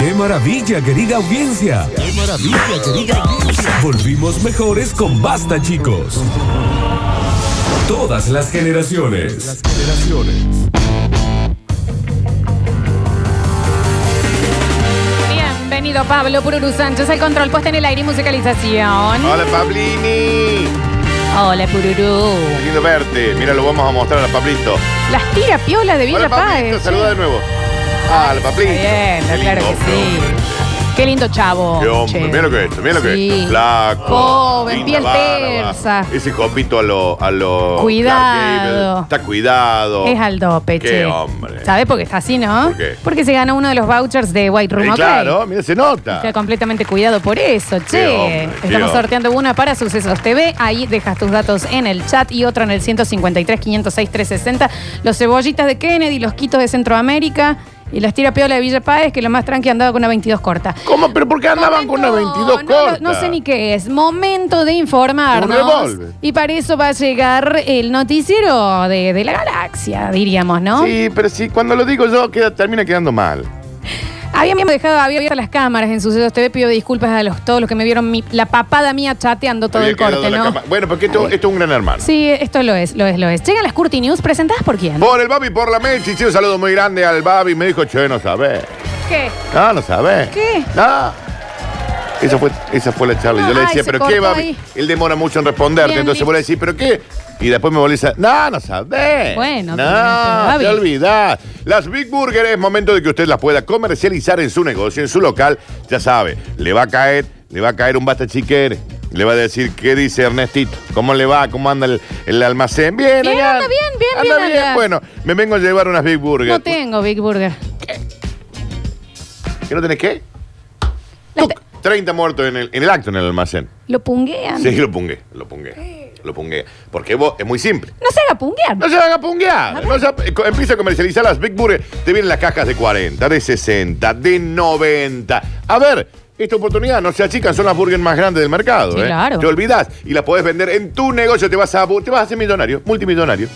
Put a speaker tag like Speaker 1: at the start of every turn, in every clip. Speaker 1: ¡Qué maravilla, querida audiencia!
Speaker 2: ¡Qué maravilla, querida audiencia!
Speaker 1: Volvimos mejores con Basta, chicos. Todas las generaciones. Las generaciones.
Speaker 3: Bienvenido Pablo Pururu Sánchez al control puesto en el aire y musicalización.
Speaker 4: Hola Pablini,
Speaker 3: Hola Pururu.
Speaker 4: qué lindo verte. Mira, lo vamos a mostrar a Pablito.
Speaker 3: Las tira piola de Villa
Speaker 4: Hola Pablito,
Speaker 3: Páez. ¿eh?
Speaker 4: saluda de nuevo. Ah, al Pablito.
Speaker 3: Bien,
Speaker 4: Qué
Speaker 3: claro que
Speaker 4: lindo,
Speaker 3: sí.
Speaker 4: hombre.
Speaker 3: Qué lindo chavo.
Speaker 4: Qué hombre,
Speaker 3: che.
Speaker 4: mira lo que es esto, mira lo que
Speaker 3: Sí.
Speaker 4: es esto. Flaco.
Speaker 3: Pobre,
Speaker 4: linda
Speaker 3: piel
Speaker 4: barba.
Speaker 3: tersa.
Speaker 4: Ese copito a lo. A lo
Speaker 3: Cuidado.
Speaker 4: Clark Gable. Está cuidado.
Speaker 3: Es al dope,
Speaker 4: Qué
Speaker 3: che.
Speaker 4: hombre.
Speaker 3: ¿Sabes por qué está así, no?
Speaker 4: ¿Por qué?
Speaker 3: Porque se ganó uno de los vouchers de White Room,
Speaker 4: Eh,
Speaker 3: ¿ok?
Speaker 4: claro, mira, se nota.
Speaker 3: Está completamente cuidado por eso, che.
Speaker 4: hombre, qué
Speaker 3: Estamos
Speaker 4: hombre.
Speaker 3: sorteando una para Sucesos TV. Ahí dejas tus datos en el chat y otro en el 153 506 360. Los cebollitas de Kennedy, los quitos de Centroamérica y las tirapiolas de Villa Páez, que lo más tranqui andaba con una 22 corta.
Speaker 4: ¿Cómo? ¿Pero por qué andaban con una
Speaker 3: Momento,
Speaker 4: 22
Speaker 3: no,
Speaker 4: corta?
Speaker 3: No, no sé ni qué es. Momento de
Speaker 4: Un
Speaker 3: informarnos.
Speaker 4: revólver.
Speaker 3: Y para eso va a llegar el noticiero de, de la galaxia, diríamos, ¿no?
Speaker 4: Sí, pero sí, cuando lo digo yo queda- termina quedando mal.
Speaker 3: Habíamos dejado abiertas las cámaras en Sucesos TV. Pido disculpas a los, todos los que me vieron mi- la papada mía chateando todo
Speaker 4: Había
Speaker 3: el corte,
Speaker 4: quedado la
Speaker 3: ¿no? Ah,
Speaker 4: cama- Bueno, porque esto, esto es un gran hermano.
Speaker 3: Sí, esto lo es, lo es, lo es. Llegan las Curti News presentadas por quién?
Speaker 4: Por el Babi, por la Mechi, sí, un saludo muy grande al Babi. Me dijo, che, no sabés.
Speaker 3: ¿Qué?
Speaker 4: No, no sabés.
Speaker 3: ¿Qué?
Speaker 4: No. Esa fue, esa fue la charla.
Speaker 3: No,
Speaker 4: Yo le
Speaker 3: ay,
Speaker 4: decía,
Speaker 3: se
Speaker 4: ¿pero
Speaker 3: cortó
Speaker 4: qué, Babi?
Speaker 3: ahí.
Speaker 4: Él demora mucho en responderte.
Speaker 3: Bien,
Speaker 4: entonces vos le decís, ¿pero qué? Y después me volvés a. No, no sabés.
Speaker 3: Bueno, pero no,
Speaker 4: no,
Speaker 3: Babi.
Speaker 4: te olvidás. Las Big Burger es momento de que usted las pueda comercializar en su negocio, en su local. Ya sabe, le va a caer, le va a caer un basta chiquere. Le va a decir, ¿qué dice Ernestito? ¿Cómo le va? ¿Cómo anda el, el almacén? Bien,
Speaker 3: Bien,
Speaker 4: allá.
Speaker 3: anda bien, bien,
Speaker 4: anda
Speaker 3: bien,
Speaker 4: bien.
Speaker 3: anda.
Speaker 4: Bueno, me vengo a llevar unas Big Burger.
Speaker 3: No tengo Big Burger.
Speaker 4: ¿Qué no tenés qué?
Speaker 3: La
Speaker 4: Tuc, 30 muertos en el, en el acto en el almacén.
Speaker 3: Lo punguean.
Speaker 4: Sí, lo pungué, lo pungué. Lo pungué. Porque vos, es muy simple.
Speaker 3: No se haga punguear.
Speaker 4: No se haga punguear. No se- eh, co- empieza a comercializar las Big Burger. Te vienen las cajas de 40, de 60, de 90. A ver, esta oportunidad no se achican, son las burgers más grandes del mercado.
Speaker 3: Sí,
Speaker 4: ¿eh?
Speaker 3: claro.
Speaker 4: Te olvidás y las podés vender en tu negocio. Te vas a, te vas a hacer millonario, multimillonario.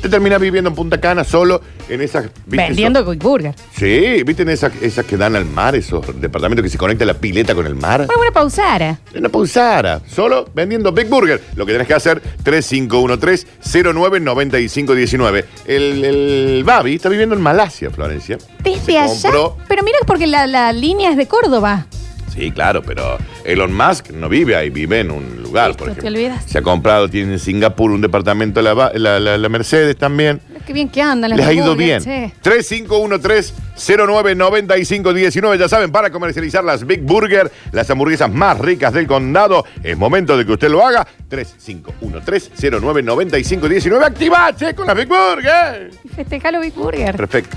Speaker 4: Te terminas viviendo en Punta Cana solo en esas. ¿viste?
Speaker 3: Vendiendo Big Burger.
Speaker 4: Sí, ¿viste en esas, esas que dan al mar, esos departamentos que se conecta la pileta con el mar?
Speaker 3: Una buena pausara.
Speaker 4: Una pausara, solo vendiendo Big Burger. Lo que tenés que hacer, 3513-099519. El, el Babi está viviendo en Malasia, Florencia.
Speaker 3: Desde
Speaker 4: Se
Speaker 3: allá.
Speaker 4: compró-
Speaker 3: Pero mira, porque la, la línea es de Córdoba.
Speaker 4: Sí, claro, pero Elon Musk no vive ahí, vive en un lugar,
Speaker 3: Listo,
Speaker 4: por
Speaker 3: te
Speaker 4: ejemplo.
Speaker 3: olvidas.
Speaker 4: Se ha comprado, tiene en Singapur un departamento, la, Ba- la- la- la Mercedes también.
Speaker 3: Qué bien que andan las
Speaker 4: Les ha
Speaker 3: Big
Speaker 4: ido bien.
Speaker 3: Burger, che.
Speaker 4: 3513-099519. Ya saben, para comercializar las Big Burger, las hamburguesas más ricas del condado, es momento de que usted lo haga. 3513-099519. ¡Activate con las Big Burger!
Speaker 3: Festejalo Big Burger.
Speaker 4: Perfecto.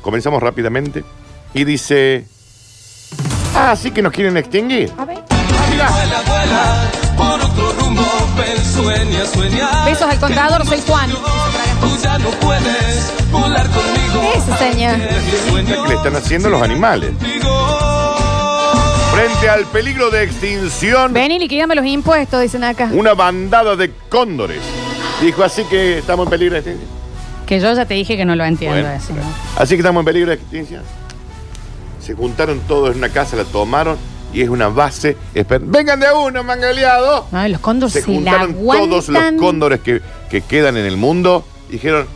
Speaker 4: Comenzamos rápidamente. Y dice. Ah, sí que nos quieren extinguir.
Speaker 3: A ver.
Speaker 5: Vuela, vuela, por otro rumbo, ven, sueña, sueña.
Speaker 3: Besos al contador, soy Juan.
Speaker 5: Tú ya no puedes volar conmigo.
Speaker 3: Eso, señor.
Speaker 4: ¿Qué le están haciendo los animales? Frente al peligro de extinción,
Speaker 3: Ven y liquidame los impuestos, dicen acá.
Speaker 4: una bandada de cóndores. Dijo así que estamos en peligro de extinción.
Speaker 3: Que yo ya te dije que no lo entiendo
Speaker 4: Bueno,
Speaker 3: eso.
Speaker 4: bueno.
Speaker 3: ¿no?
Speaker 4: Así que estamos en peligro de extinción. Se juntaron todos en una casa, la tomaron y es una base. esper- Vengan de a uno, mangaleados.
Speaker 3: Ay, los cóndores
Speaker 4: Se
Speaker 3: se, la
Speaker 4: juntaron
Speaker 3: aguantan.
Speaker 4: todos los cóndores que, que quedan en el mundo. Dijeron,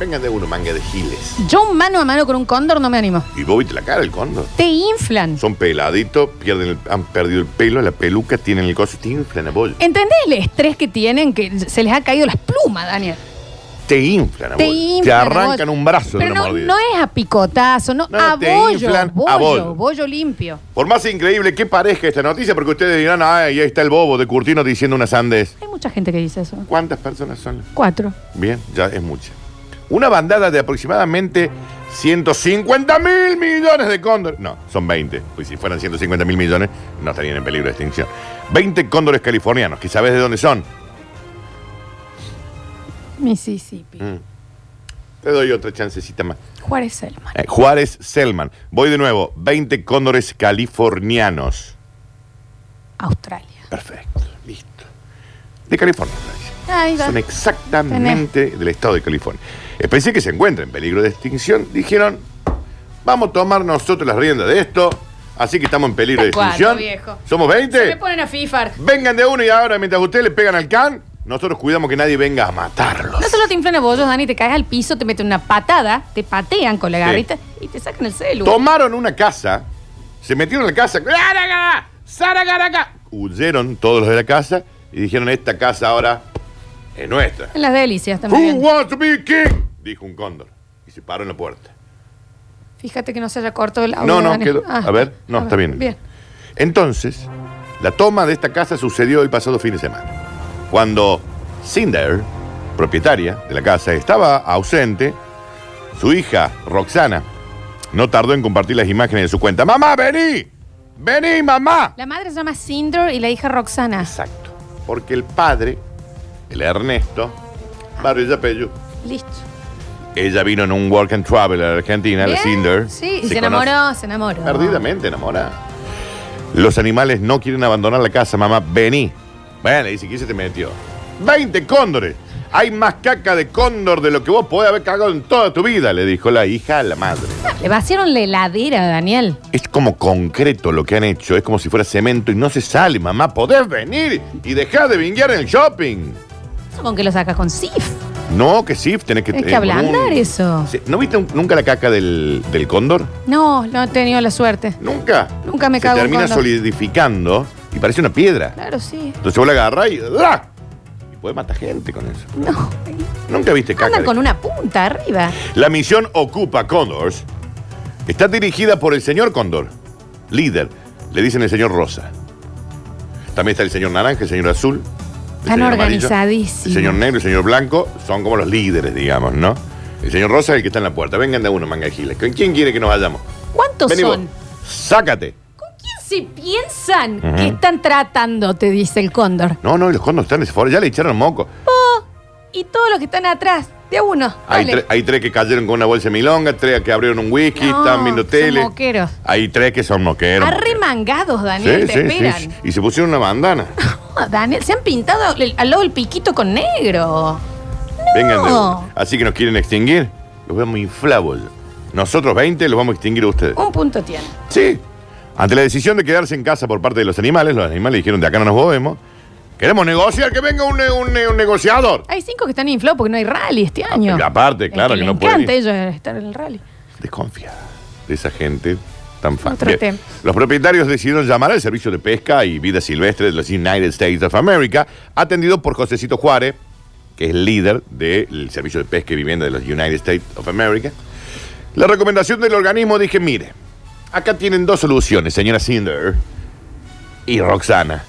Speaker 4: vengan de uno, manga de giles.
Speaker 3: Yo un mano a mano con un cóndor no me animo.
Speaker 4: Y vos viste la cara del cóndor.
Speaker 3: Te inflan.
Speaker 4: Son peladitos, pierden el- han perdido el pelo, la peluca, tienen el coso, te inflan a bol.
Speaker 3: ¿Entendés el estrés que tienen? Que se les ha caído las plumas, Daniel.
Speaker 4: Te inflan a bol.
Speaker 3: Te inflan. a
Speaker 4: arrancan
Speaker 3: bollo.
Speaker 4: un brazo de
Speaker 3: Pero
Speaker 4: una
Speaker 3: no,
Speaker 4: mordida.
Speaker 3: no es a picotazo, no,
Speaker 4: No,
Speaker 3: a
Speaker 4: te
Speaker 3: bollo.
Speaker 4: inflan a
Speaker 3: Bollo,
Speaker 4: bollo.
Speaker 3: bollo limpio.
Speaker 4: Por más increíble que parezca esta noticia, porque ustedes dirán, ay, ahí está el bobo de Curtino diciendo unas andes.
Speaker 3: Hay mucha gente que dice eso.
Speaker 4: ¿Cuántas personas son?
Speaker 3: Cuatro.
Speaker 4: Bien, ya es mucha. Una bandada de aproximadamente 150 mil millones de cóndores. No, son 20. Pues si fueran 150 mil millones, no estarían en peligro de extinción. 20 cóndores californianos, que sabes de dónde son.
Speaker 3: Mississippi.
Speaker 4: Te doy otra chancecita más.
Speaker 3: Juárez Selman.
Speaker 4: Eh, Juárez Selman. Voy de nuevo. 20 cóndores californianos.
Speaker 3: Australia.
Speaker 4: Perfecto, listo. De California, Francia.
Speaker 3: Ahí va.
Speaker 4: Son exactamente del estado de California. Especie que se encuentra en peligro de extinción, dijeron, vamos a tomar nosotros las riendas de esto, así que estamos en peligro de
Speaker 3: Cuatro,
Speaker 4: extinción.
Speaker 3: viejo.
Speaker 4: Somos
Speaker 3: Se me
Speaker 4: 20.
Speaker 3: ponen a fifar.
Speaker 4: Vengan de uno y ahora mientras ustedes le pegan al can, nosotros cuidamos que nadie venga a matarlos.
Speaker 3: No solo te inflan a bollos, Dani, te caes al piso, te meten una patada, te patean con la garrita y te sacan el celu.
Speaker 4: Tomaron una casa, se metieron en la casa, ¡Garaga! ¡Saragaraga! huyeron todos los de la casa y dijeron, esta casa ahora es nuestra.
Speaker 3: En las delicias también.
Speaker 4: Who wants to be king? Dijo un cóndor y se paró en la puerta.
Speaker 3: Fíjate que no se haya cortado el audio.
Speaker 4: No, no,
Speaker 3: Dani.
Speaker 4: quedó.
Speaker 3: Ah,
Speaker 4: a ver, no,
Speaker 3: a
Speaker 4: está bien.
Speaker 3: Bien.
Speaker 4: Entonces, la toma de esta casa sucedió el pasado fin de semana, cuando Cinder, propietaria de la casa, estaba ausente. Su hija, Roxana, no tardó en compartir las imágenes de su cuenta. ¡Mamá, vení! ¡Vení, mamá!
Speaker 3: La madre se llama Cinder y la hija Roxana.
Speaker 4: Exacto. Porque el padre, el Ernesto, Barrio Yapello,
Speaker 3: Listo.
Speaker 4: ella vino en un work and travel a la Argentina, la
Speaker 3: Bien.
Speaker 4: Cinder.
Speaker 3: Sí, y se,
Speaker 4: conoce-
Speaker 3: enamoró, se enamoró.
Speaker 4: Perdidamente enamorada. Los animales no quieren abandonar la casa, mamá. Vení. Bueno, dice, ¿quién se te metió? 20 cóndores. Hay más caca de cóndor de lo que vos podés haber cagado en toda tu vida, le dijo la hija a la madre.
Speaker 3: Le vaciaron la heladera, Daniel.
Speaker 4: Es como concreto lo que han hecho. Es como si fuera cemento y no se sale, mamá. Podés venir y dejar de vinguear en el shopping.
Speaker 3: ¿Eso con qué lo sacas? Con SIF.
Speaker 4: No, que sí, tenés que...
Speaker 3: Es que
Speaker 4: eh, con
Speaker 3: ablandar eso.
Speaker 4: Sí, ¿No viste un- nunca la caca del, del cóndor?
Speaker 3: No, no he tenido la suerte.
Speaker 4: Nunca.
Speaker 3: Nunca me
Speaker 4: se
Speaker 3: cago en
Speaker 4: termina
Speaker 3: cóndor.
Speaker 4: solidificando y parece una piedra.
Speaker 3: Claro, sí.
Speaker 4: Entonces vos la agarras y ¡ah! Y puede matar gente con eso.
Speaker 3: No.
Speaker 4: Nunca viste caca.
Speaker 3: Andan
Speaker 4: de-
Speaker 3: con una punta arriba.
Speaker 4: La misión Ocupa Condors está dirigida por el señor Condor, líder. Le dicen el señor Rosa. También está el señor Naranja, el señor Azul. el
Speaker 3: Están
Speaker 4: señor Amarillo,
Speaker 3: organizadísimos.
Speaker 4: El señor Negro, el señor Blanco son como los líderes, digamos, ¿no? El señor Rosa es el que está en la puerta. Vengan de uno, manga de giles. ¿Con quién quiere que nos vayamos?
Speaker 3: ¿Cuántos
Speaker 4: Vení vos.
Speaker 3: son?
Speaker 4: Sácate.
Speaker 3: ¿Con quién se piensan que están tratando? Te dice el cóndor.
Speaker 4: No, no, y los condors están en ese foro. Ya le echaron moco.
Speaker 3: Y todos los que están atrás, de a uno.
Speaker 4: Hay,
Speaker 3: Dale.
Speaker 4: tre- hay tres que cayeron con una bolsa de milonga, tres que abrieron un whisky,
Speaker 3: No,
Speaker 4: están viendo
Speaker 3: son
Speaker 4: tele.
Speaker 3: moqueros.
Speaker 4: Hay tres que son moqueros.
Speaker 3: Arremangados, Daniel,
Speaker 4: Sí,
Speaker 3: te
Speaker 4: sí,
Speaker 3: esperan.
Speaker 4: sí, sí. Y se pusieron una bandana.
Speaker 3: No, Daniel, se han pintado el- al lado el piquito con negro.
Speaker 4: Vengan de una. Así que nos quieren extinguir. Los vemos inflables. Nosotros 20 los vamos a extinguir a ustedes.
Speaker 3: Un punto tiene.
Speaker 4: Sí. Ante la decisión de quedarse en casa por parte de los animales, los animales dijeron de acá no nos movemos. Queremos negociar, que venga un, ne- un ne- un negociador.
Speaker 3: Hay cinco que están inflados porque no hay rally este año.
Speaker 4: y aparte,
Speaker 3: Eh,
Speaker 4: claro, que
Speaker 3: les
Speaker 4: no pueden
Speaker 3: encanta
Speaker 4: ir.
Speaker 3: ellos estar en el rally.
Speaker 4: Desconfía de esa gente tan
Speaker 3: Otro
Speaker 4: fácil.
Speaker 3: tema.
Speaker 4: Los propietarios decidieron llamar al Servicio de Pesca y Vida Silvestre de los United States of America, atendido por Josecito Juárez, que es líder del Servicio de Pesca y Vivienda de los United States of America. La recomendación del organismo dije, mire, acá tienen dos soluciones, señora Cinder y Roxana.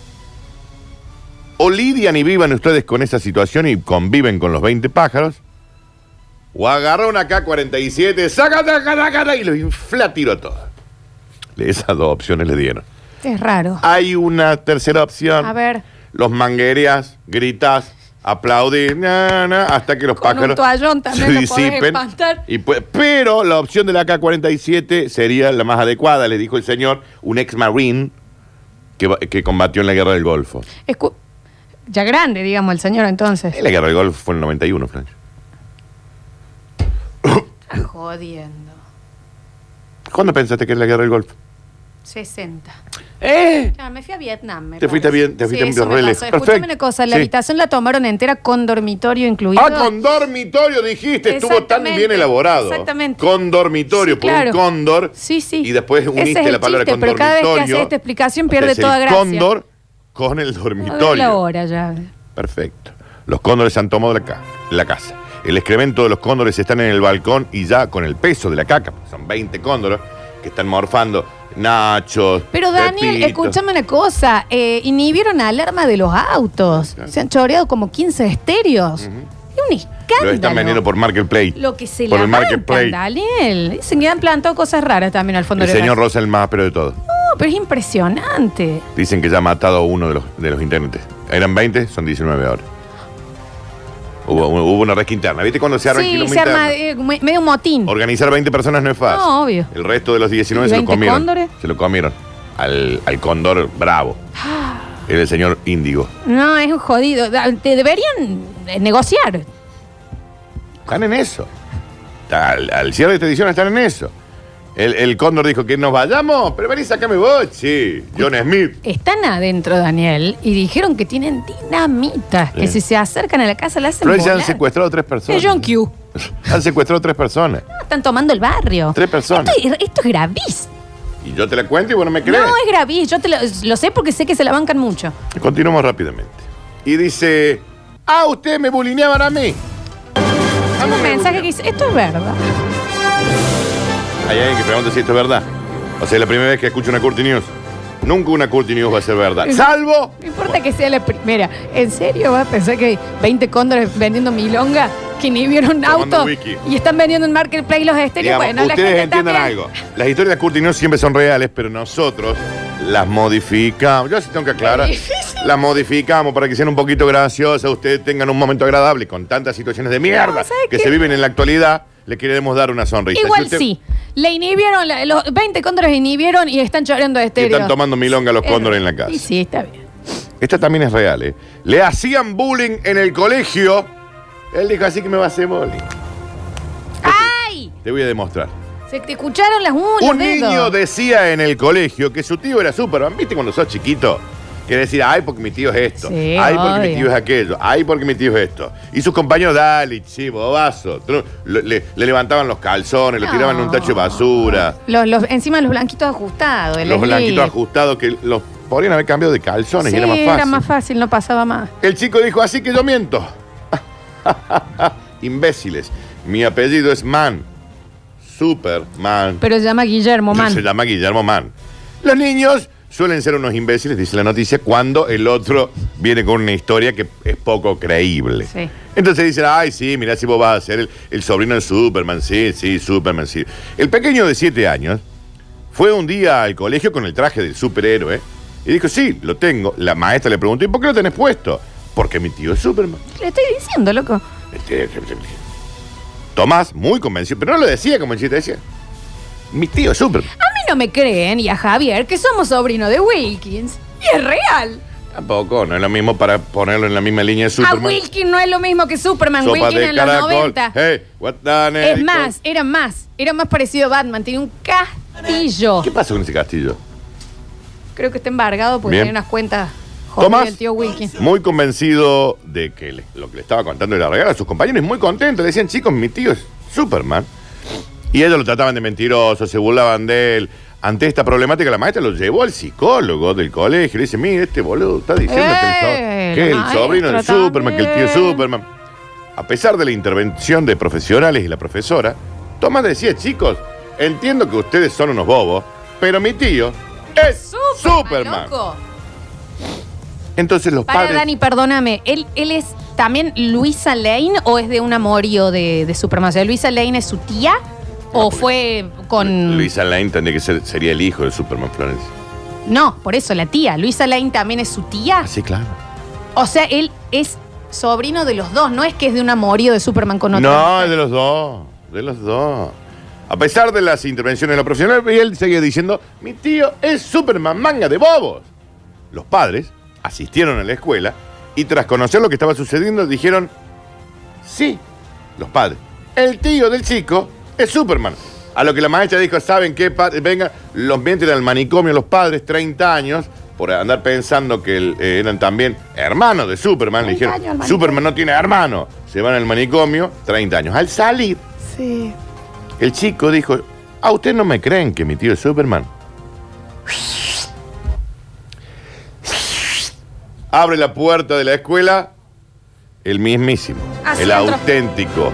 Speaker 4: O lidian y vivan ustedes con esa situación y conviven con los 20 pájaros, o agarra una K-47, saca, saca, saca, y lo infla a tiro a todo. Esas dos opciones le dieron.
Speaker 3: Es raro.
Speaker 4: Hay una tercera opción.
Speaker 3: A ver.
Speaker 4: Los manguerías, gritas, aplaudir, na, na, hasta que los
Speaker 3: Con un
Speaker 4: pájaros
Speaker 3: toallón también
Speaker 4: se
Speaker 3: lo podés
Speaker 4: disipen.
Speaker 3: espantar.
Speaker 4: Y pues- pero la opción de la K-47 sería la más adecuada, le dijo el señor, un ex marine que, va- que combatió en la guerra del Golfo.
Speaker 3: Escu- ya grande, digamos, el señor entonces.
Speaker 4: Eh, La guerra del Golfo fue en el 91, Frank.
Speaker 3: Está jodiendo.
Speaker 4: ¿Cuándo pensaste que es la guerra del Golfo?
Speaker 3: 60.
Speaker 4: ¡Eh!
Speaker 3: Ah, me fui a Vietnam. me
Speaker 4: Te fuiste
Speaker 3: parece.
Speaker 4: a Viet- te fuiste
Speaker 3: sí,
Speaker 4: a
Speaker 3: eso me
Speaker 4: Vietnam.
Speaker 3: pasó. Escúchame
Speaker 4: Perfecto.
Speaker 3: una cosa, la
Speaker 4: Sí.
Speaker 3: habitación la tomaron entera con dormitorio incluido.
Speaker 4: Ah, con dormitorio dijiste, estuvo tan
Speaker 3: Exactamente,
Speaker 4: bien elaborado.
Speaker 3: exactamente.
Speaker 4: Con dormitorio,
Speaker 3: Sí,
Speaker 4: por
Speaker 3: claro.
Speaker 4: un cóndor.
Speaker 3: Sí, sí.
Speaker 4: Y después
Speaker 3: Ese
Speaker 4: uniste
Speaker 3: es el
Speaker 4: la palabra
Speaker 3: chiste,
Speaker 4: con
Speaker 3: pero cada vez que
Speaker 4: dormitorio.
Speaker 3: haces esta explicación
Speaker 4: O sea,
Speaker 3: pierde
Speaker 4: es el
Speaker 3: toda gracia.
Speaker 4: Cóndor con el
Speaker 3: A ver la
Speaker 4: dormitorio.
Speaker 3: hora ya.
Speaker 4: Perfecto. Los cóndores han tomado la, ca- la casa. El excremento de los cóndores están en el balcón y ya con el peso de la caca, son 20 cóndoros que están morfando nachos.
Speaker 3: Pero Daniel,
Speaker 4: pepitos.
Speaker 3: escúchame una cosa, eh, inhibieron alarma de los autos.
Speaker 4: Claro.
Speaker 3: Se han choreado como 15 estéreos. Es un escándalo.
Speaker 4: Lo están vendiendo por Marketplace.
Speaker 3: Lo que se
Speaker 4: por
Speaker 3: le
Speaker 4: el
Speaker 3: arrancan,
Speaker 4: Marketplace.
Speaker 3: Daniel. Dicen que han plantado cosas raras también al fondo
Speaker 4: El
Speaker 3: de la
Speaker 4: señor Rosa es el más áspero de todos.
Speaker 3: No, pero es impresionante.
Speaker 4: Dicen que ya ha matado a uno de los, de los intérpretes. Eran 20, son 19 ahora. Hubo, hubo una resca interna. ¿Viste cuando se arma el
Speaker 3: sí,
Speaker 4: quilombo
Speaker 3: se arma
Speaker 4: interno?
Speaker 3: eh, me- medio un motín.
Speaker 4: Organizar 20 personas no es fácil.
Speaker 3: No, obvio.
Speaker 4: El resto de los 19
Speaker 3: ¿Y
Speaker 4: se lo
Speaker 3: 20
Speaker 4: comieron.
Speaker 3: cóndores?
Speaker 4: Se lo comieron. Al, al cóndor bravo. Era el señor índigo.
Speaker 3: No, es un jodido. Da- Te deberían eh, negociar.
Speaker 4: Están en eso. Al, al cierre de esta edición están en eso. El, el cóndor dijo que nos vayamos, pero vení, sacame vos, sí. John Smith.
Speaker 3: Están adentro, Daniel, y dijeron que tienen dinamitas, que
Speaker 4: Sí.
Speaker 3: si se acercan a la casa la hacen
Speaker 4: Pero ya han
Speaker 3: volar.
Speaker 4: secuestrado tres personas.
Speaker 3: Es John Q.
Speaker 4: Han secuestrado tres personas.
Speaker 3: No, están tomando el barrio.
Speaker 4: Tres personas.
Speaker 3: Esto, es- esto es gravísimo.
Speaker 4: Y yo te la cuento y vos no me crees.
Speaker 3: No, es gravísimo. Yo te lo, lo sé porque sé que se la bancan mucho.
Speaker 4: Continuamos rápidamente. Y dice, ah, ustedes me bulineaban a mí.
Speaker 3: Tengo un mensaje que dice, esto es verdad.
Speaker 4: Hay alguien que pregunta si esto es verdad. O sea, es la primera vez que escucho una Curti News. Nunca una Curti News va a ser verdad. Salvo...
Speaker 3: No importa que sea la primera. ¿En serio vas a pensar que hay 20 cóndores vendiendo milonga que ni vieron
Speaker 4: Tomando
Speaker 3: auto
Speaker 4: wiki.
Speaker 3: y están vendiendo en Marketplace los estéreos?
Speaker 4: Digamos,
Speaker 3: Bueno, la
Speaker 4: ustedes
Speaker 3: gente
Speaker 4: entiendan
Speaker 3: también.
Speaker 4: algo. Las historias de Curti News siempre son reales, pero nosotros las modificamos. Yo sí tengo que aclarar.
Speaker 3: Es difícil.
Speaker 4: Las modificamos para que sean un poquito graciosas, ustedes tengan un momento agradable con tantas situaciones de mierda
Speaker 3: ¿sabes
Speaker 4: que
Speaker 3: qué?
Speaker 4: se viven en la actualidad. Le queremos dar una sonrisa.
Speaker 3: Igual
Speaker 4: Si usted-
Speaker 3: sí. Le inhibieron, la- los 20 cóndores inhibieron y están choreando
Speaker 4: Y
Speaker 3: estéreos.
Speaker 4: están tomando milonga los
Speaker 3: Es-
Speaker 4: cóndores en la casa.
Speaker 3: Y sí, está bien.
Speaker 4: Esta también es real, ¿eh? Le hacían bullying en el colegio. Él dijo, así que me va a hacer bullying.
Speaker 3: ¡Ay!
Speaker 4: Te voy a demostrar.
Speaker 3: Se te escucharon las uñas.
Speaker 4: Un niño decía en el colegio que su tío era Superman. ¿Viste cuando sos chiquito? Quiere decir, ay, porque mi tío es esto.
Speaker 3: Sí,
Speaker 4: ay, porque mi
Speaker 3: obvio.
Speaker 4: tío es aquello. Ay, porque mi tío es esto. Y sus compañeros, dale, che, bobazo. Tru- lo- Le, le levantaban los calzones, lo tiraban en un tacho de basura.
Speaker 3: Los, los, encima los blanquitos ajustados. el
Speaker 4: Los
Speaker 3: slip.
Speaker 4: blanquitos ajustados que los podrían haber cambiado de calzones
Speaker 3: Sí,
Speaker 4: y era más fácil.
Speaker 3: fácil, no pasaba más.
Speaker 4: El chico dijo, así que yo miento. Imbéciles. Mi apellido es Man. Superman.
Speaker 3: Pero se llama Guillermo
Speaker 4: Se
Speaker 3: Man.
Speaker 4: llama Guillermo Man. Los niños suelen ser unos imbéciles, dice la noticia, cuando el otro viene con una historia que es poco creíble.
Speaker 3: Sí.
Speaker 4: Entonces dicen, ay, sí, mirá si vos vas a ser el, el sobrino de Superman, sí, sí, Superman, sí. El pequeño de 7 años fue un día al colegio con el traje del superhéroe y dijo, sí, lo tengo. La maestra le preguntó, ¿y por qué lo tenés puesto? Porque mi tío es Superman.
Speaker 3: Le estoy diciendo, loco.
Speaker 4: Este, Tomás, muy convencido, pero no lo decía como el chiste, decía, mi tío es Superman.
Speaker 3: A mí no me creen y a Javier que somos sobrino de Wilkins. Y es real.
Speaker 4: Tampoco, no es lo mismo para ponerlo en la misma línea de
Speaker 3: A
Speaker 4: Superman.
Speaker 3: Wilkins no es lo mismo que Superman.
Speaker 4: Sopa
Speaker 3: Wilkins
Speaker 4: de
Speaker 3: en los
Speaker 4: caracol. eh,
Speaker 3: 90.
Speaker 4: Hey, what the neck?
Speaker 3: Es más, era más. Era más parecido a Batman. Tiene un castillo.
Speaker 4: ¿Qué pasa con ese castillo?
Speaker 3: Creo que está embargado porque
Speaker 4: Bien.
Speaker 3: tiene unas cuentas Jorge
Speaker 4: Tomás.
Speaker 3: y el tío Wilkie.
Speaker 4: Muy convencido de que le- lo que le estaba contando era real a sus compañeros, y muy contento. Le decían, chicos, mi tío es Superman. Y ellos lo trataban de mentiroso, se burlaban de él. Ante esta problemática, la maestra lo llevó al psicólogo del colegio. Le dice, mire, este boludo está diciendo que el, so-
Speaker 3: Eh,
Speaker 4: que
Speaker 3: la
Speaker 4: el sobrino del
Speaker 3: maestra
Speaker 4: Superman, que el tío es
Speaker 3: también.
Speaker 4: Superman. A pesar de la intervención de profesionales y la profesora, Tomás decía, chicos, entiendo que ustedes son unos bobos, pero mi tío es Superman.
Speaker 3: loco.
Speaker 4: Entonces los
Speaker 3: Para,
Speaker 4: padres...
Speaker 3: Dani, perdóname. ¿Él, ¿Él es también Luisa Lane o es de un amorío de, de Superman? O sea, ¿Luisa Lane es su tía o
Speaker 4: porque-
Speaker 3: fue con...?
Speaker 4: Luisa Lane tendría que ser, sería el hijo de Superman Florence.
Speaker 3: No, por eso, la tía. Luisa Lane también es su tía.
Speaker 4: Así, claro.
Speaker 3: O sea, él es sobrino de los dos. No es que es de un amorío de Superman con
Speaker 4: No,
Speaker 3: otro.
Speaker 4: es de los dos. De los dos. A pesar de las intervenciones de los profesionales, él seguía diciendo: Mi tío es Superman, manga de bobos. Los padres asistieron a la escuela y, tras conocer lo que estaba sucediendo, dijeron: Sí, los padres. El tío del chico es Superman. A lo que la maestra dijo, ¿saben qué? pa- Venga, los meten al manicomio los padres, 30 años, por andar pensando que el- eh, eran también hermanos de Superman. Le dijeron, Superman no tiene hermano. Se van al manicomio, 30 años. Al salir, el chico dijo, ¿a usted no me creen que mi tío es Superman? Abre la puerta de la escuela, el mismísimo,
Speaker 3: Así
Speaker 4: el
Speaker 3: entró.
Speaker 4: auténtico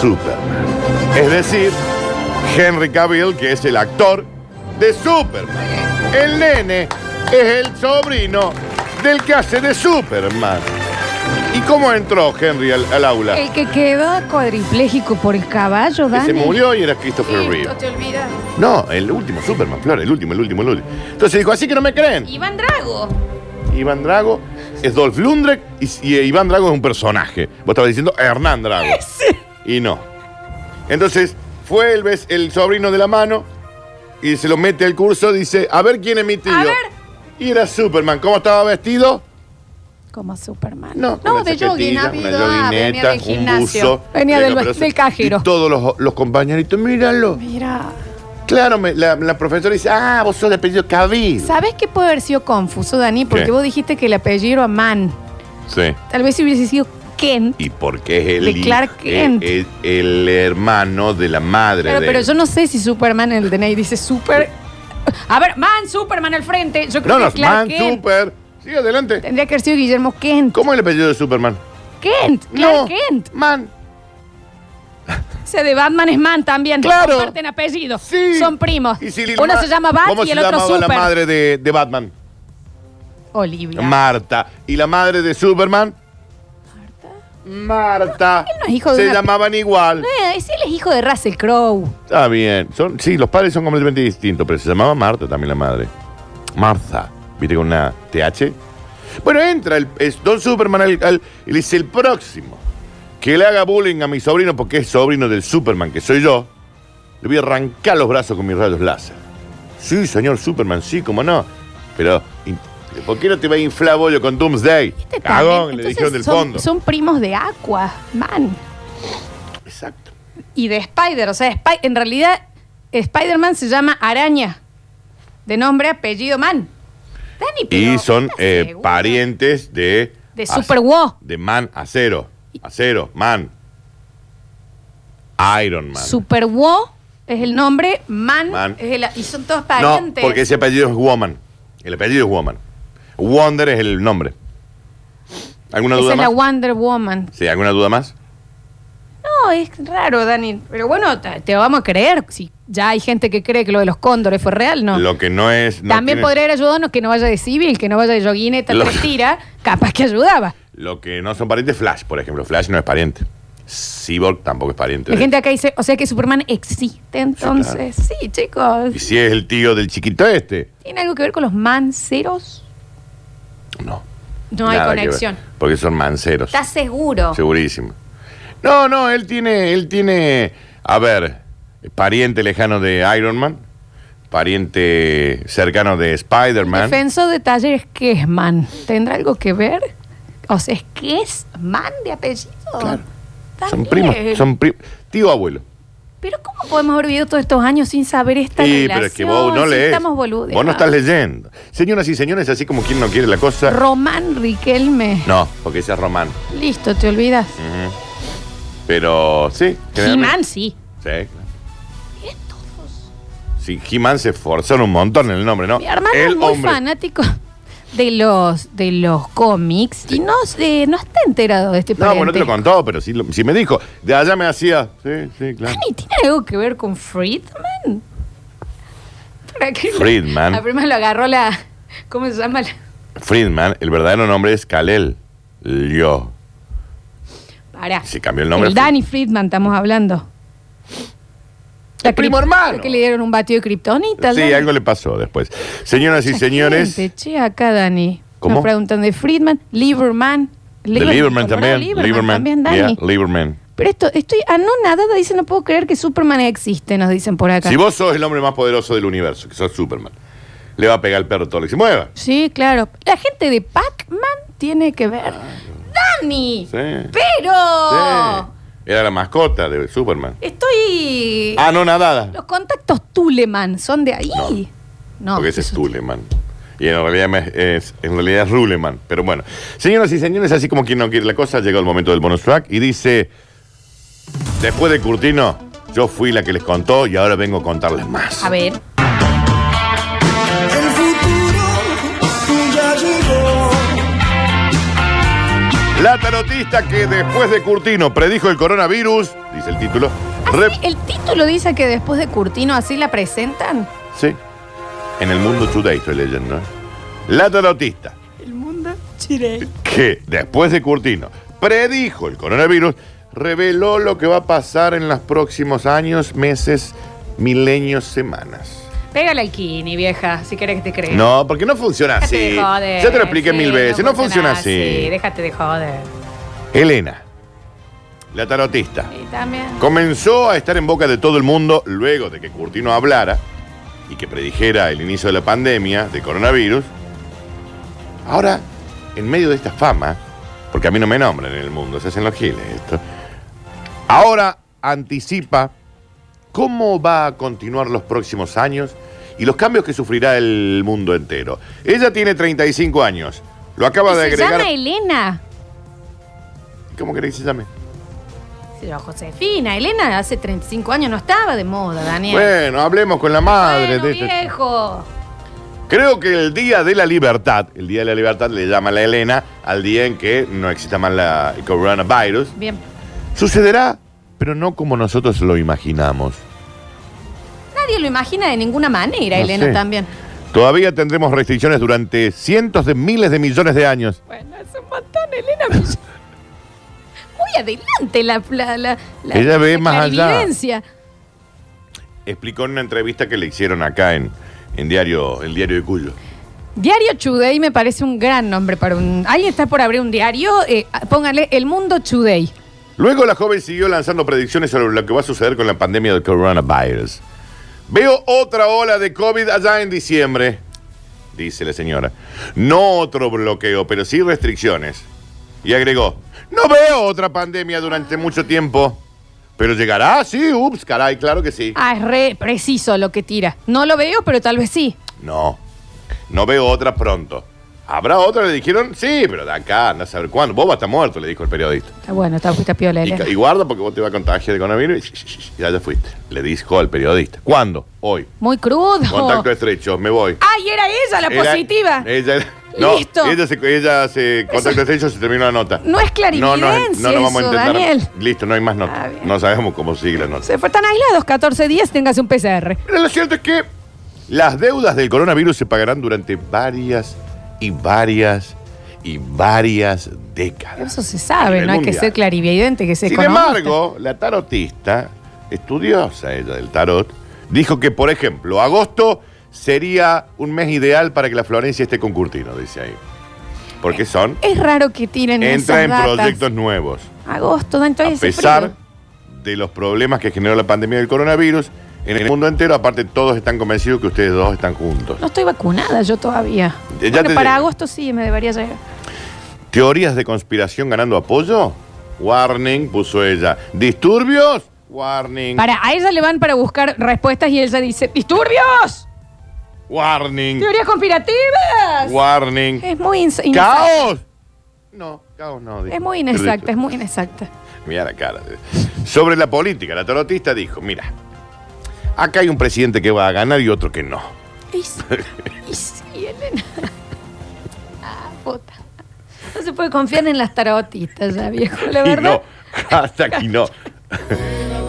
Speaker 4: Superman. Es decir, Henry Cavill, que es el actor de Superman. El nene es el sobrino del que hace de Superman. ¿Y cómo entró Henry al, al aula?
Speaker 3: El que quedó cuadripléjico por el caballo,
Speaker 4: Que
Speaker 3: Dani.
Speaker 4: se murió y era Christopher Reeve.
Speaker 3: Listo, te olvidas.
Speaker 4: No, el último Superman, Flor, el último, el último, el último. Entonces dijo, así que no me creen.
Speaker 3: Iván Drago.
Speaker 4: Iván Drago es Dolph Lundgren y, y Iván Drago es un personaje. Vos estabas diciendo Hernán Drago. Y no. Entonces fue el, ves- el sobrino de la mano y se lo mete al curso, dice, a ver quién es mi tío.
Speaker 3: A ver.
Speaker 4: Y era Superman. ¿Cómo estaba vestido?
Speaker 3: Como Superman.
Speaker 4: No, con
Speaker 3: no
Speaker 4: una
Speaker 3: de jogging
Speaker 4: chaquetilla,
Speaker 3: ha
Speaker 4: una
Speaker 3: habido. ah, venía
Speaker 4: joguineta,
Speaker 3: del
Speaker 4: un
Speaker 3: gimnasio.
Speaker 4: buzo.
Speaker 3: Venía
Speaker 4: Bueno,
Speaker 3: del,
Speaker 4: pero
Speaker 3: del
Speaker 4: se-
Speaker 3: cajero.
Speaker 4: Y todos los, los compañeritos, míralo.
Speaker 3: Mira.
Speaker 4: Claro, me- la, la profesora dice, ah, vos sos de apellido Cavill.
Speaker 3: ¿Sabes qué puede haber sido confuso, Dani? Porque
Speaker 4: ¿Qué?
Speaker 3: vos dijiste que el apellido era Mann.
Speaker 4: Sí.
Speaker 3: Tal vez si hubiese sido Kent.
Speaker 4: Y porque es el,
Speaker 3: De Clark
Speaker 4: hij- eh,
Speaker 3: Kent.
Speaker 4: eh, el hermano de la madre
Speaker 3: Claro,
Speaker 4: de
Speaker 3: pero
Speaker 4: él.
Speaker 3: yo no sé si Superman en el DNI dice Super. A ver, Man, Superman al frente. Yo creo
Speaker 4: No, no,
Speaker 3: que Clark
Speaker 4: man,
Speaker 3: Kent.
Speaker 4: super. Sí, adelante.
Speaker 3: Tendría que haber sido Guillermo Kent.
Speaker 4: ¿Cómo es el apellido de Superman?
Speaker 3: Kent, Clark
Speaker 4: no,
Speaker 3: Kent.
Speaker 4: Man.
Speaker 3: O sea, de Batman es Man también.
Speaker 4: Claro.
Speaker 3: Comparten apellidos.
Speaker 4: Sí.
Speaker 3: Son primos.
Speaker 4: Y si Lil
Speaker 3: Uno
Speaker 4: Ma-
Speaker 3: se llama Bat
Speaker 4: ¿Cómo
Speaker 3: y
Speaker 4: se
Speaker 3: el otro
Speaker 4: llamaba
Speaker 3: Super.
Speaker 4: la madre de, de Batman?
Speaker 3: Olivia.
Speaker 4: Marta. ¿Y la madre de Superman? Marta.
Speaker 3: no es hijo de
Speaker 4: Se
Speaker 3: una-
Speaker 4: llamaban igual.
Speaker 3: Eh, ese él es hijo de Russell Crowe.
Speaker 4: Está bien. Son, sí, los padres son completamente distintos, pero se llamaba Marta también la madre. Martha. ¿Viste con una TH? Bueno, entra el, es Don Superman al- al- y le dice, el próximo que le haga bullying a mi sobrino, porque es sobrino del Superman, que soy yo, le voy a arrancar los brazos con mis rayos láser. Sí, señor Superman, sí, cómo no. Pero, in- ¿por qué no te va a inflar bollo con Doomsday?
Speaker 3: Este también.
Speaker 4: Cagón, le
Speaker 3: Entonces,
Speaker 4: dijeron del
Speaker 3: son,
Speaker 4: fondo.
Speaker 3: Son primos de Aqua, Man.
Speaker 4: Exacto.
Speaker 3: Y de Spider. O sea, Spy- en realidad, Spider-Man se llama Araña. De nombre, apellido, Man. Dani, pero,
Speaker 4: Y son
Speaker 3: ¿estás
Speaker 4: eh,
Speaker 3: seguro?
Speaker 4: parientes Ah, de...
Speaker 3: De
Speaker 4: Ace-
Speaker 3: Superwo.
Speaker 4: De Man Acero. Acero, Man. Iron Man.
Speaker 3: Superwo es el nombre, Man,
Speaker 4: Man.
Speaker 3: es el- y son todos
Speaker 4: no,
Speaker 3: parientes.
Speaker 4: porque ese apellido es Woman. El apellido es Woman. Wonder es el nombre. ¿Alguna
Speaker 3: Esa
Speaker 4: duda
Speaker 3: es la
Speaker 4: más?
Speaker 3: Wonder Woman.
Speaker 4: Sí, ¿alguna duda más?
Speaker 3: No, es raro, Dani. Pero bueno, te, te vamos a creer. Si ya hay gente que cree que lo de los cóndores fue real, ¿no?
Speaker 4: Lo que no es. no
Speaker 3: También
Speaker 4: tiene-
Speaker 3: podría haber ayudado no, que no vaya de civil, que no vaya de joguineta,
Speaker 4: Lo-
Speaker 3: tres tira. Capaz que ayudaba.
Speaker 4: Lo que no son parientes, Flash, por ejemplo. Flash no es pariente. Cyborg tampoco es pariente.
Speaker 3: La
Speaker 4: de-
Speaker 3: gente acá dice, o sea que Superman existe, entonces. Sí,
Speaker 4: Y
Speaker 3: chicos.
Speaker 4: si es el tío del chiquito este.
Speaker 3: ¿Tiene algo que ver con los manceros?
Speaker 4: No.
Speaker 3: No hay
Speaker 4: Nada que ver,
Speaker 3: conexión.
Speaker 4: Porque son manceros.
Speaker 3: ¿Estás seguro?
Speaker 4: Segurísimo. No, no, él tiene, él tiene, a ver, pariente lejano de Iron Man, pariente cercano de Spider-Man.
Speaker 3: Defenso de talleres que es man. ¿Tendrá algo que ver? O sea, es que es man de apellido. Está
Speaker 4: Son
Speaker 3: bien.
Speaker 4: primos, son primos. Tío abuelo.
Speaker 3: Pero ¿cómo podemos haber vivido todos estos años sin saber esta
Speaker 4: Sí,
Speaker 3: relación?
Speaker 4: pero es que vos no
Speaker 3: Si
Speaker 4: lees.
Speaker 3: Estamos boludeados.
Speaker 4: Vos no estás leyendo. Señoras y señores, así como quien no quiere la cosa.
Speaker 3: Román Riquelme.
Speaker 4: no, porque ese es román.
Speaker 3: Listo, te olvidas.
Speaker 4: Pero sí. generalmente-
Speaker 3: He-Man, sí.
Speaker 4: Sí. claro. Sí, He-Man se esforzaron un montón en el nombre, ¿no?
Speaker 3: Mi hermano
Speaker 4: el
Speaker 3: es muy
Speaker 4: hombre.
Speaker 3: fanático de los, de los cómics y no, se- no está enterado de este
Speaker 4: No, bueno, no te lo
Speaker 3: parentesco.
Speaker 4: contó, pero sí, lo- sí me dijo. De allá me hacía. Sí, sí, claro.
Speaker 3: Dani, ¿tiene algo que ver con Friedman? ¿Para qué?
Speaker 4: Friedman.
Speaker 3: La prima lo agarró la. ¿Cómo se llama? La-
Speaker 4: Friedman, el verdadero nombre es Kalel. Yo.
Speaker 3: Pará.
Speaker 4: Se cambió el nombre.
Speaker 3: El Danny Friedman estamos hablando.
Speaker 4: El primo
Speaker 3: cri-
Speaker 4: hermano.
Speaker 3: Que le dieron un batido de kriptonita.
Speaker 4: Sí,
Speaker 3: Dani.
Speaker 4: algo le pasó después. Señoras y
Speaker 3: Mucha
Speaker 4: señores.
Speaker 3: gente, che, acá Dani.
Speaker 4: ¿Cómo?
Speaker 3: Nos preguntan de Friedman, Lieberman.
Speaker 4: De Lieberman también.
Speaker 3: Lieberman,
Speaker 4: Lieberman.
Speaker 3: también, Dani.
Speaker 4: Yeah, Lieberman.
Speaker 3: Pero esto, estoy anonadada, dice, no puedo creer que Superman existe, nos dicen por acá.
Speaker 4: Si vos sos el hombre más poderoso del universo, que sos Superman, le va a pegar el perro todo lo que se mueva.
Speaker 3: Sí, claro. La gente de Pac-Man tiene que ver. ¡Dani!
Speaker 4: Sí.
Speaker 3: ¡Pero!
Speaker 4: Sí. Era la mascota de Superman.
Speaker 3: Estoy.
Speaker 4: Ah, no, nadada.
Speaker 3: Los contactos Tuleman son de ahí. No.
Speaker 4: Porque ese es
Speaker 3: eso-
Speaker 4: Tuleman. Y en realidad es, en realidad es Ruleman. Pero bueno. Señoras y señores, así como quien no quiere la cosa, llegó el momento del bonus track y dice: Después de Curtino, yo fui la que les contó y ahora vengo a contarles más.
Speaker 3: A ver.
Speaker 2: El futuro ya llegó.
Speaker 4: La tarotista que después de Curtino predijo el coronavirus, dice el título.
Speaker 3: Así,
Speaker 4: rep-
Speaker 3: el título dice que después de Curtino así la presentan.
Speaker 4: Sí. En el mundo today estoy leyendo. ¿eh? La tarotista. El mundo chile. Que después de Curtino predijo el coronavirus, reveló lo que va a pasar en los próximos años, meses, milenios, semanas.
Speaker 3: Pégale al Kini, vieja, si quieres que te crea.
Speaker 4: No, porque no funciona
Speaker 3: Déjate
Speaker 4: así.
Speaker 3: de joder.
Speaker 4: Ya te lo expliqué
Speaker 3: Sí,
Speaker 4: mil veces. No, funciona así.
Speaker 3: Déjate de joder.
Speaker 4: Elena, la tarotista.
Speaker 3: Y también.
Speaker 4: Comenzó a estar en boca de todo el mundo luego de que Curtino hablara y que predijera el inicio de la pandemia de coronavirus. Ahora, en medio de esta fama, porque a mí no me nombran en el mundo, se hacen los giles esto, ahora anticipa cómo va a continuar los próximos años y los cambios que sufrirá el mundo entero. Ella tiene 35 años, lo acaba de
Speaker 3: Se
Speaker 4: agregar...
Speaker 3: llama Elena.
Speaker 4: ¿Cómo querés que se llame?
Speaker 3: Se llama Josefina. Elena hace 35 años no estaba de moda, Daniel.
Speaker 4: Bueno, hablemos con la madre
Speaker 3: Bueno,
Speaker 4: de este...
Speaker 3: viejo.
Speaker 4: Creo que el Día de la Libertad, el Día de la Libertad le llama la Elena al día en que no exista más la, el coronavirus,
Speaker 3: Bien.
Speaker 4: sucederá, pero no como nosotros lo imaginamos.
Speaker 3: Nadie lo imagina de ninguna manera,
Speaker 4: No
Speaker 3: Elena
Speaker 4: sé.
Speaker 3: también.
Speaker 4: Todavía tendremos restricciones durante cientos de miles de millones de años.
Speaker 3: Bueno, es un montón, Elena. Muy adelante la, la, la, la-
Speaker 4: Ella ve
Speaker 3: la
Speaker 4: más allá.
Speaker 3: clarividencia.
Speaker 4: Explicó en una entrevista que le hicieron acá en, en diario, el diario de Cuyo.
Speaker 3: Diario Today me parece un gran nombre para un. Alguien está por abrir un diario, Eh, póngale El Mundo Today.
Speaker 4: Luego la joven siguió lanzando predicciones sobre lo que va a suceder con la pandemia del coronavirus. Veo otra ola de COVID allá en diciembre, dice la señora. No otro bloqueo, pero sí restricciones. Y agregó, no veo otra pandemia durante mucho tiempo. Pero llegará, sí, ups, caray, claro que sí.
Speaker 3: Ah, es re preciso lo que tira. No lo veo, pero tal vez sí.
Speaker 4: No, no veo otra pronto. ¿Habrá otra? Le dijeron, sí, pero de acá, anda a saber cuándo. Boba está muerto, le dijo el periodista.
Speaker 3: Está bueno, está, está piola,
Speaker 4: Y,
Speaker 3: Elena.
Speaker 4: ca- y guarda porque vos te vas a contagiar de coronavirus y ya, ya fuiste. Le dijo al periodista. ¿Cuándo? Hoy.
Speaker 3: Muy crudo.
Speaker 4: Contacto estrecho, me voy.
Speaker 3: ¡Ay, era ella la
Speaker 4: Era-
Speaker 3: positiva!
Speaker 4: Ella, no,
Speaker 3: Listo.
Speaker 4: ella se, ella se- contacto estrecho, se terminó la nota.
Speaker 3: No es clarividencia
Speaker 4: no, no vamos a
Speaker 3: eso,
Speaker 4: intentar.
Speaker 3: Daniel.
Speaker 4: Listo, no hay más
Speaker 3: Ah,
Speaker 4: nota.
Speaker 3: bien.
Speaker 4: No sabemos cómo sigue la nota.
Speaker 3: Se fue tan aislados 14 días, tengas un PCR.
Speaker 4: Pero lo cierto es que las deudas del coronavirus se pagarán durante varias y varias y varias décadas.
Speaker 3: Eso se sabe,
Speaker 4: A nivel
Speaker 3: no hay que
Speaker 4: mundial.
Speaker 3: ser clarividente, que se
Speaker 4: Sin embargo, la tarotista, estudiosa ella del tarot, dijo que, por ejemplo, agosto sería un mes ideal para que la Florencia esté con Curtino, dice ahí. Porque son,
Speaker 3: Eh, Es raro que tiren esas
Speaker 4: entra en
Speaker 3: datas.
Speaker 4: proyectos nuevos.
Speaker 3: Agosto, Dani,
Speaker 4: A
Speaker 3: todavía hace
Speaker 4: pesar
Speaker 3: frío.
Speaker 4: de los problemas que generó la pandemia del coronavirus, en el mundo entero, aparte todos están convencidos que ustedes dos están juntos.
Speaker 3: No estoy vacunada yo todavía.
Speaker 4: Ya
Speaker 3: Bueno,
Speaker 4: te
Speaker 3: para
Speaker 4: llega.
Speaker 3: agosto sí me debería llegar.
Speaker 4: ¿Teorías de conspiración ganando apoyo? Warning, puso ella. ¿Disturbios? Warning.
Speaker 3: Para, a ella le van para buscar respuestas y ella dice, ¡disturbios!
Speaker 4: Warning.
Speaker 3: ¡Teorías conspirativas!
Speaker 4: Warning.
Speaker 3: Es muy ins- inexacta.
Speaker 4: ¡Caos! No, caos no. dijo.
Speaker 3: Es muy inexacta, es muy inexacta.
Speaker 4: Mira la cara. Sobre la política, la tarotista dijo, mira, acá hay un presidente que va a ganar y otro que no.
Speaker 3: Y sí, y sí, Elena. Ah, puta. No se puede confiar en las tarotistas ya, viejo, la
Speaker 4: Y no,
Speaker 3: verdad.
Speaker 4: hasta aquí no.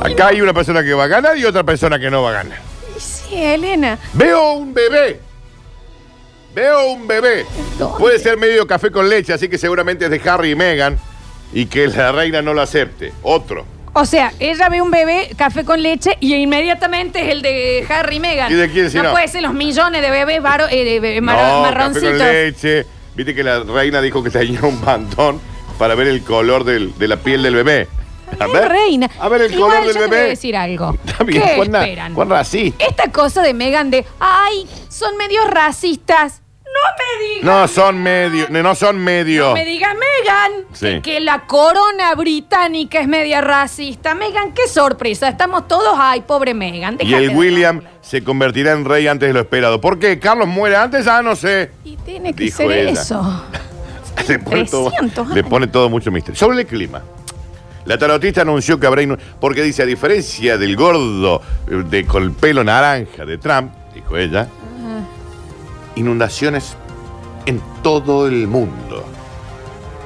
Speaker 4: Acá hay una persona que va a ganar y otra persona que no va a ganar.
Speaker 3: Y sí, Elena.
Speaker 4: Veo un bebé. Veo un bebé.
Speaker 3: ¿Dónde?
Speaker 4: Puede ser medio café con leche, así que seguramente es de Harry y Meghan y que la reina no lo acepte. Otro.
Speaker 3: O sea, ella ve un bebé, café con leche, y inmediatamente es el de Harry y Meghan.
Speaker 4: ¿Y de quién si
Speaker 3: no,
Speaker 4: no?
Speaker 3: puede ser los millones de bebés varo, eh, de bebé mar-
Speaker 4: no,
Speaker 3: marroncitos.
Speaker 4: café con leche. Viste que la reina dijo que tenía un bandón para ver el color del- de la piel del bebé. A
Speaker 3: Ay,
Speaker 4: ver,
Speaker 3: reina.
Speaker 4: A ver el
Speaker 3: Igual
Speaker 4: color del
Speaker 3: yo te voy a
Speaker 4: bebé.
Speaker 3: decir algo.
Speaker 4: Está bien,
Speaker 3: ¿Qué
Speaker 4: Juan, na-
Speaker 3: esperan?
Speaker 4: Juan racista.
Speaker 3: Esta cosa de Megan de, ay, son medios racistas. No me digas.
Speaker 4: No son medio, no no son medio.
Speaker 3: Me digas, Megan,
Speaker 4: Oh. Sí.
Speaker 3: que- que la corona británica es media racista. Megan, qué sorpresa. Estamos todos, ay, pobre Megan.
Speaker 4: y el William se convertirá en rey antes de lo esperado. ¿Por qué? ¿Carlos muere antes? Ah, no sé.
Speaker 3: Y tiene que
Speaker 4: Dijo
Speaker 3: ser
Speaker 4: ella.
Speaker 3: eso.
Speaker 4: Le pone, todo,
Speaker 3: 300
Speaker 4: le
Speaker 3: años.
Speaker 4: pone todo mucho misterio. Sobre el clima. La tarotista anunció que habrá... inu- Porque dice, a diferencia del gordo eh, de, con el pelo naranja de Trump, dijo ella, inundaciones en todo el mundo.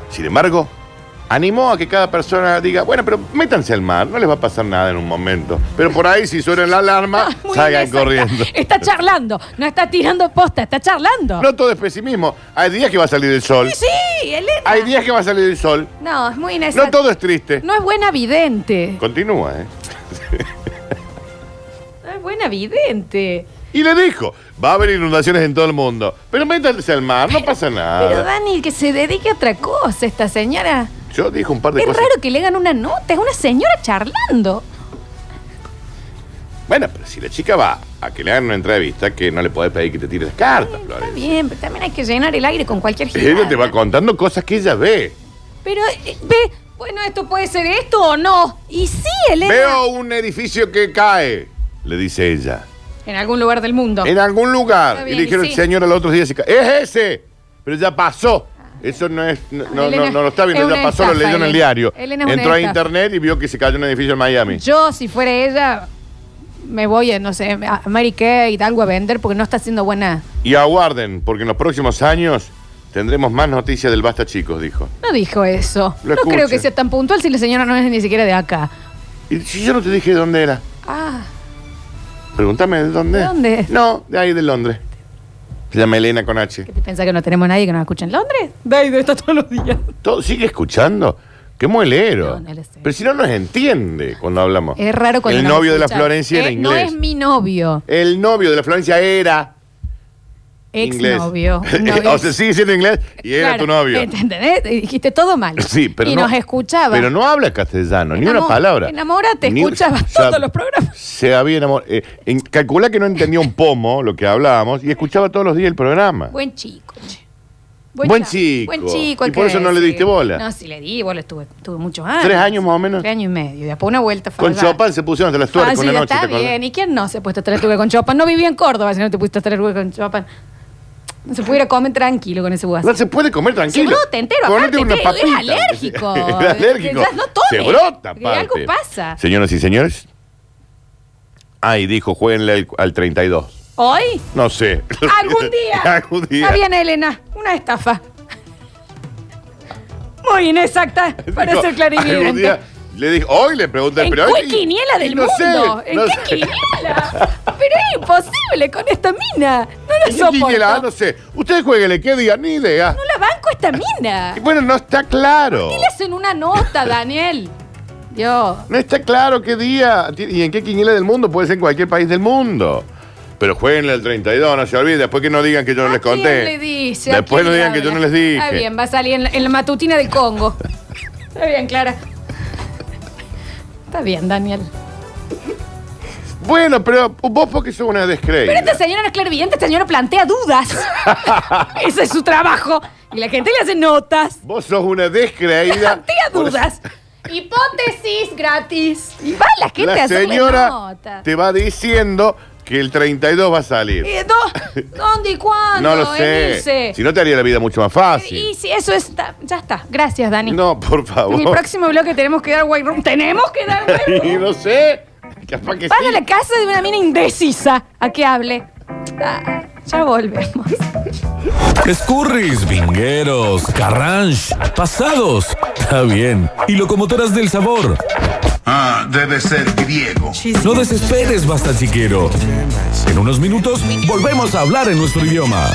Speaker 4: Sin embargo, animó a que cada persona diga, bueno, pero métanse al mar, no les va a pasar nada en un momento. Pero por ahí, si suena la alarma,
Speaker 3: Muy
Speaker 4: salgan
Speaker 3: inexacta.
Speaker 4: corriendo.
Speaker 3: Está charlando. No está tirando posta, está charlando.
Speaker 4: No todo es pesimismo. Hay días que va a salir el sol.
Speaker 3: Sí, Elena.
Speaker 4: Hay días que va a salir el sol.
Speaker 3: No, es muy
Speaker 4: No
Speaker 3: inexacto.
Speaker 4: todo es triste.
Speaker 3: No es buena vidente.
Speaker 4: Continúa, ¿eh?
Speaker 3: No es buena vidente.
Speaker 4: Y le dijo, va a haber inundaciones en todo el mundo, pero métanse al mar, no pasa
Speaker 3: Pero
Speaker 4: nada.
Speaker 3: Dani, que se dedique a otra cosa esta señora.
Speaker 4: Yo dije un par de
Speaker 3: Es
Speaker 4: cosas.
Speaker 3: raro que le hagan una nota, es una señora charlando.
Speaker 4: Bueno, pero si la chica va a que le hagan una entrevista, que no le podés pedir que te tire las cartas,
Speaker 3: Está
Speaker 4: Florencia.
Speaker 3: bien, pero también hay que llenar el aire con cualquier
Speaker 4: Ella
Speaker 3: gilada.
Speaker 4: te va contando cosas que ella ve.
Speaker 3: Pero, eh, ve, bueno, esto puede ser esto o no. Y sí, Elena.
Speaker 4: Veo un edificio que cae, le dice ella.
Speaker 3: En algún lugar del mundo.
Speaker 4: En algún lugar.
Speaker 3: Está
Speaker 4: y
Speaker 3: bien,
Speaker 4: le dijeron,
Speaker 3: sí.
Speaker 4: señora, los otros días se cae. ¡Es ese! Pero ya pasó. Eso no es, no, no,
Speaker 3: Ah. Elena,
Speaker 4: no- no lo está
Speaker 3: es
Speaker 4: viendo, ya
Speaker 3: una
Speaker 4: pasó, lo
Speaker 3: estafa,
Speaker 4: leyó en el
Speaker 3: Elena.
Speaker 4: diario.
Speaker 3: Elena es una
Speaker 4: Entró a
Speaker 3: estafa.
Speaker 4: internet y vio que se cayó un edificio en Miami.
Speaker 3: Yo, si fuera ella, me voy a, no sé, a Mary Kay y algo a vender porque no está haciendo buena.
Speaker 4: Y aguarden, porque en los próximos años tendremos más noticias del Basta Chicos, dijo.
Speaker 3: No dijo eso.
Speaker 4: Lo
Speaker 3: no creo
Speaker 4: escuché.
Speaker 3: que sea tan puntual si la señora no es ni siquiera de acá.
Speaker 4: Y si yo no te dije dónde era,
Speaker 3: Ah,
Speaker 4: pregúntame de dónde.
Speaker 3: ¿De dónde?
Speaker 4: No, de ahí de Londres. Se llama Elena con H.
Speaker 3: ¿qué te pensás que no tenemos nadie que nos escuche en Londres? De ahí de esto todos los días.
Speaker 4: ¿Todo sigue escuchando? Qué muelero.
Speaker 3: No, no lo sé.
Speaker 4: Pero si no nos entiende cuando hablamos.
Speaker 3: Es raro cuando
Speaker 4: El
Speaker 3: nos
Speaker 4: novio de la
Speaker 3: escuchan.
Speaker 4: Florencia era
Speaker 3: Eh, No
Speaker 4: inglés.
Speaker 3: es mi novio,
Speaker 4: El novio de la Florencia era inglés.
Speaker 3: exnovio. Un novio
Speaker 4: o sea, sigue siendo inglés y era
Speaker 3: Claro,
Speaker 4: tu novio.
Speaker 3: ¿Entendés? Dijiste todo mal.
Speaker 4: Sí, pero
Speaker 3: Y
Speaker 4: no-
Speaker 3: nos escuchaba.
Speaker 4: Pero no habla castellano, ni una
Speaker 3: Enamo-
Speaker 4: palabra.
Speaker 3: enamórate,
Speaker 4: Ni-
Speaker 3: escuchaba
Speaker 4: o sea,
Speaker 3: todos los programas.
Speaker 4: Se había enamorado. calcula que no entendía un pomo lo que hablábamos y escuchaba todos los días el programa.
Speaker 3: Buen chico, che.
Speaker 4: Buen
Speaker 3: cha-
Speaker 4: chico.
Speaker 3: Buen chico. hay
Speaker 4: Y por
Speaker 3: que
Speaker 4: eso no le
Speaker 3: decir.
Speaker 4: diste bola.
Speaker 3: No, sí le di bola. Estuve, estuve muchos años.
Speaker 4: Tres años más o menos.
Speaker 3: Tres años y medio. Y después una vuelta
Speaker 4: Con
Speaker 3: fallada.
Speaker 4: Chopin se pusieron hasta las tuercas
Speaker 3: Ah,
Speaker 4: una
Speaker 3: sí,
Speaker 4: noche. ¿te
Speaker 3: está
Speaker 4: acordás?
Speaker 3: bien. ¿Y quién no se ha puesto tres tuve con Chopin? No vivía en Córdoba si no te pusiste tres tuve con Chopin. No se pudiera comer tranquilo con ese guaso.
Speaker 4: No se puede comer tranquilo.
Speaker 3: Se brota entero,
Speaker 4: Ponete
Speaker 3: aparte,
Speaker 4: una
Speaker 3: te-
Speaker 4: papita.
Speaker 3: es alérgico.
Speaker 4: es alérgico.
Speaker 3: Ya no tomes,
Speaker 4: Se brota,
Speaker 3: porque algo
Speaker 4: aparte.
Speaker 3: pasa.
Speaker 4: Señoras y señores. Ay, dijo, jueguenle al, al 32.
Speaker 3: ¿Hoy?
Speaker 4: No sé.
Speaker 3: Algún día.
Speaker 4: Algún día.
Speaker 3: Está bien, Elena. Una estafa. Muy inexacta para
Speaker 4: Dijo,
Speaker 3: ser
Speaker 4: algún
Speaker 3: clarividente.
Speaker 4: día le diije, hoy le pregunté,
Speaker 3: ¿En
Speaker 4: pero hoy-
Speaker 3: qué quiniela del
Speaker 4: no
Speaker 3: mundo?
Speaker 4: sé,
Speaker 3: ¿En
Speaker 4: no
Speaker 3: qué
Speaker 4: sé.
Speaker 3: quiniela? Pero es imposible con esta mina. No
Speaker 4: ¿En
Speaker 3: la
Speaker 4: qué quiniela? Ah,
Speaker 3: soporto.
Speaker 4: No sé. Ustedes jueguenle, ¿qué día? Ni idea.
Speaker 3: No la banco a esta mina.
Speaker 4: Y bueno, no está claro.
Speaker 3: ¿Qué le hacen una nota, Daniel? Dios.
Speaker 4: No está claro qué día ti- y en qué quiniela del mundo. Puede ser en cualquier país del mundo. Pero jueguenle al 32, no se olviden. Después que no digan que yo no
Speaker 3: ¿A
Speaker 4: les
Speaker 3: quién
Speaker 4: conté.
Speaker 3: le dice? ¿A
Speaker 4: Después
Speaker 3: quién
Speaker 4: no
Speaker 3: le
Speaker 4: digan que
Speaker 3: habla?
Speaker 4: yo no les dije.
Speaker 3: Está bien, va a salir en la, en la matutina del Congo. Está bien, Clara. Está bien, Daniel.
Speaker 4: Bueno, pero vos porque sos una
Speaker 3: Pero
Speaker 4: descreída.
Speaker 3: esta señora no es clarividente, esta señora plantea dudas. Ese es su trabajo. Y la gente le hace notas.
Speaker 4: Vos sos una descreída.
Speaker 3: Plantea
Speaker 4: Por eso-
Speaker 3: dudas. Hipótesis gratis. Y va la gente a
Speaker 4: La
Speaker 3: hacerle
Speaker 4: señora
Speaker 3: nota.
Speaker 4: te va diciendo que el 32 va a salir.
Speaker 3: Eh, ¿dó- ¿Dónde y cuándo?
Speaker 4: No lo sé.
Speaker 3: Emilce?
Speaker 4: Si no te haría la vida mucho más
Speaker 3: Y
Speaker 4: fácil.
Speaker 3: si eso está, ya está. Gracias, Dani.
Speaker 4: No, por
Speaker 3: En el
Speaker 4: favor.
Speaker 3: próximo bloque tenemos que dar white room. Tenemos que dar white room.
Speaker 4: Y no sé. Capaz que
Speaker 3: Van a
Speaker 4: sí.
Speaker 3: la casa de una mina indecisa a que hable. Ah, ya volvemos.
Speaker 1: Escurris, vingueros, carranche, pasados. Está bien. Y locomotoras del sabor.
Speaker 6: Ah, debe ser griego.
Speaker 1: No desesperes, basta chiquero. En unos minutos volvemos a hablar en nuestro idioma.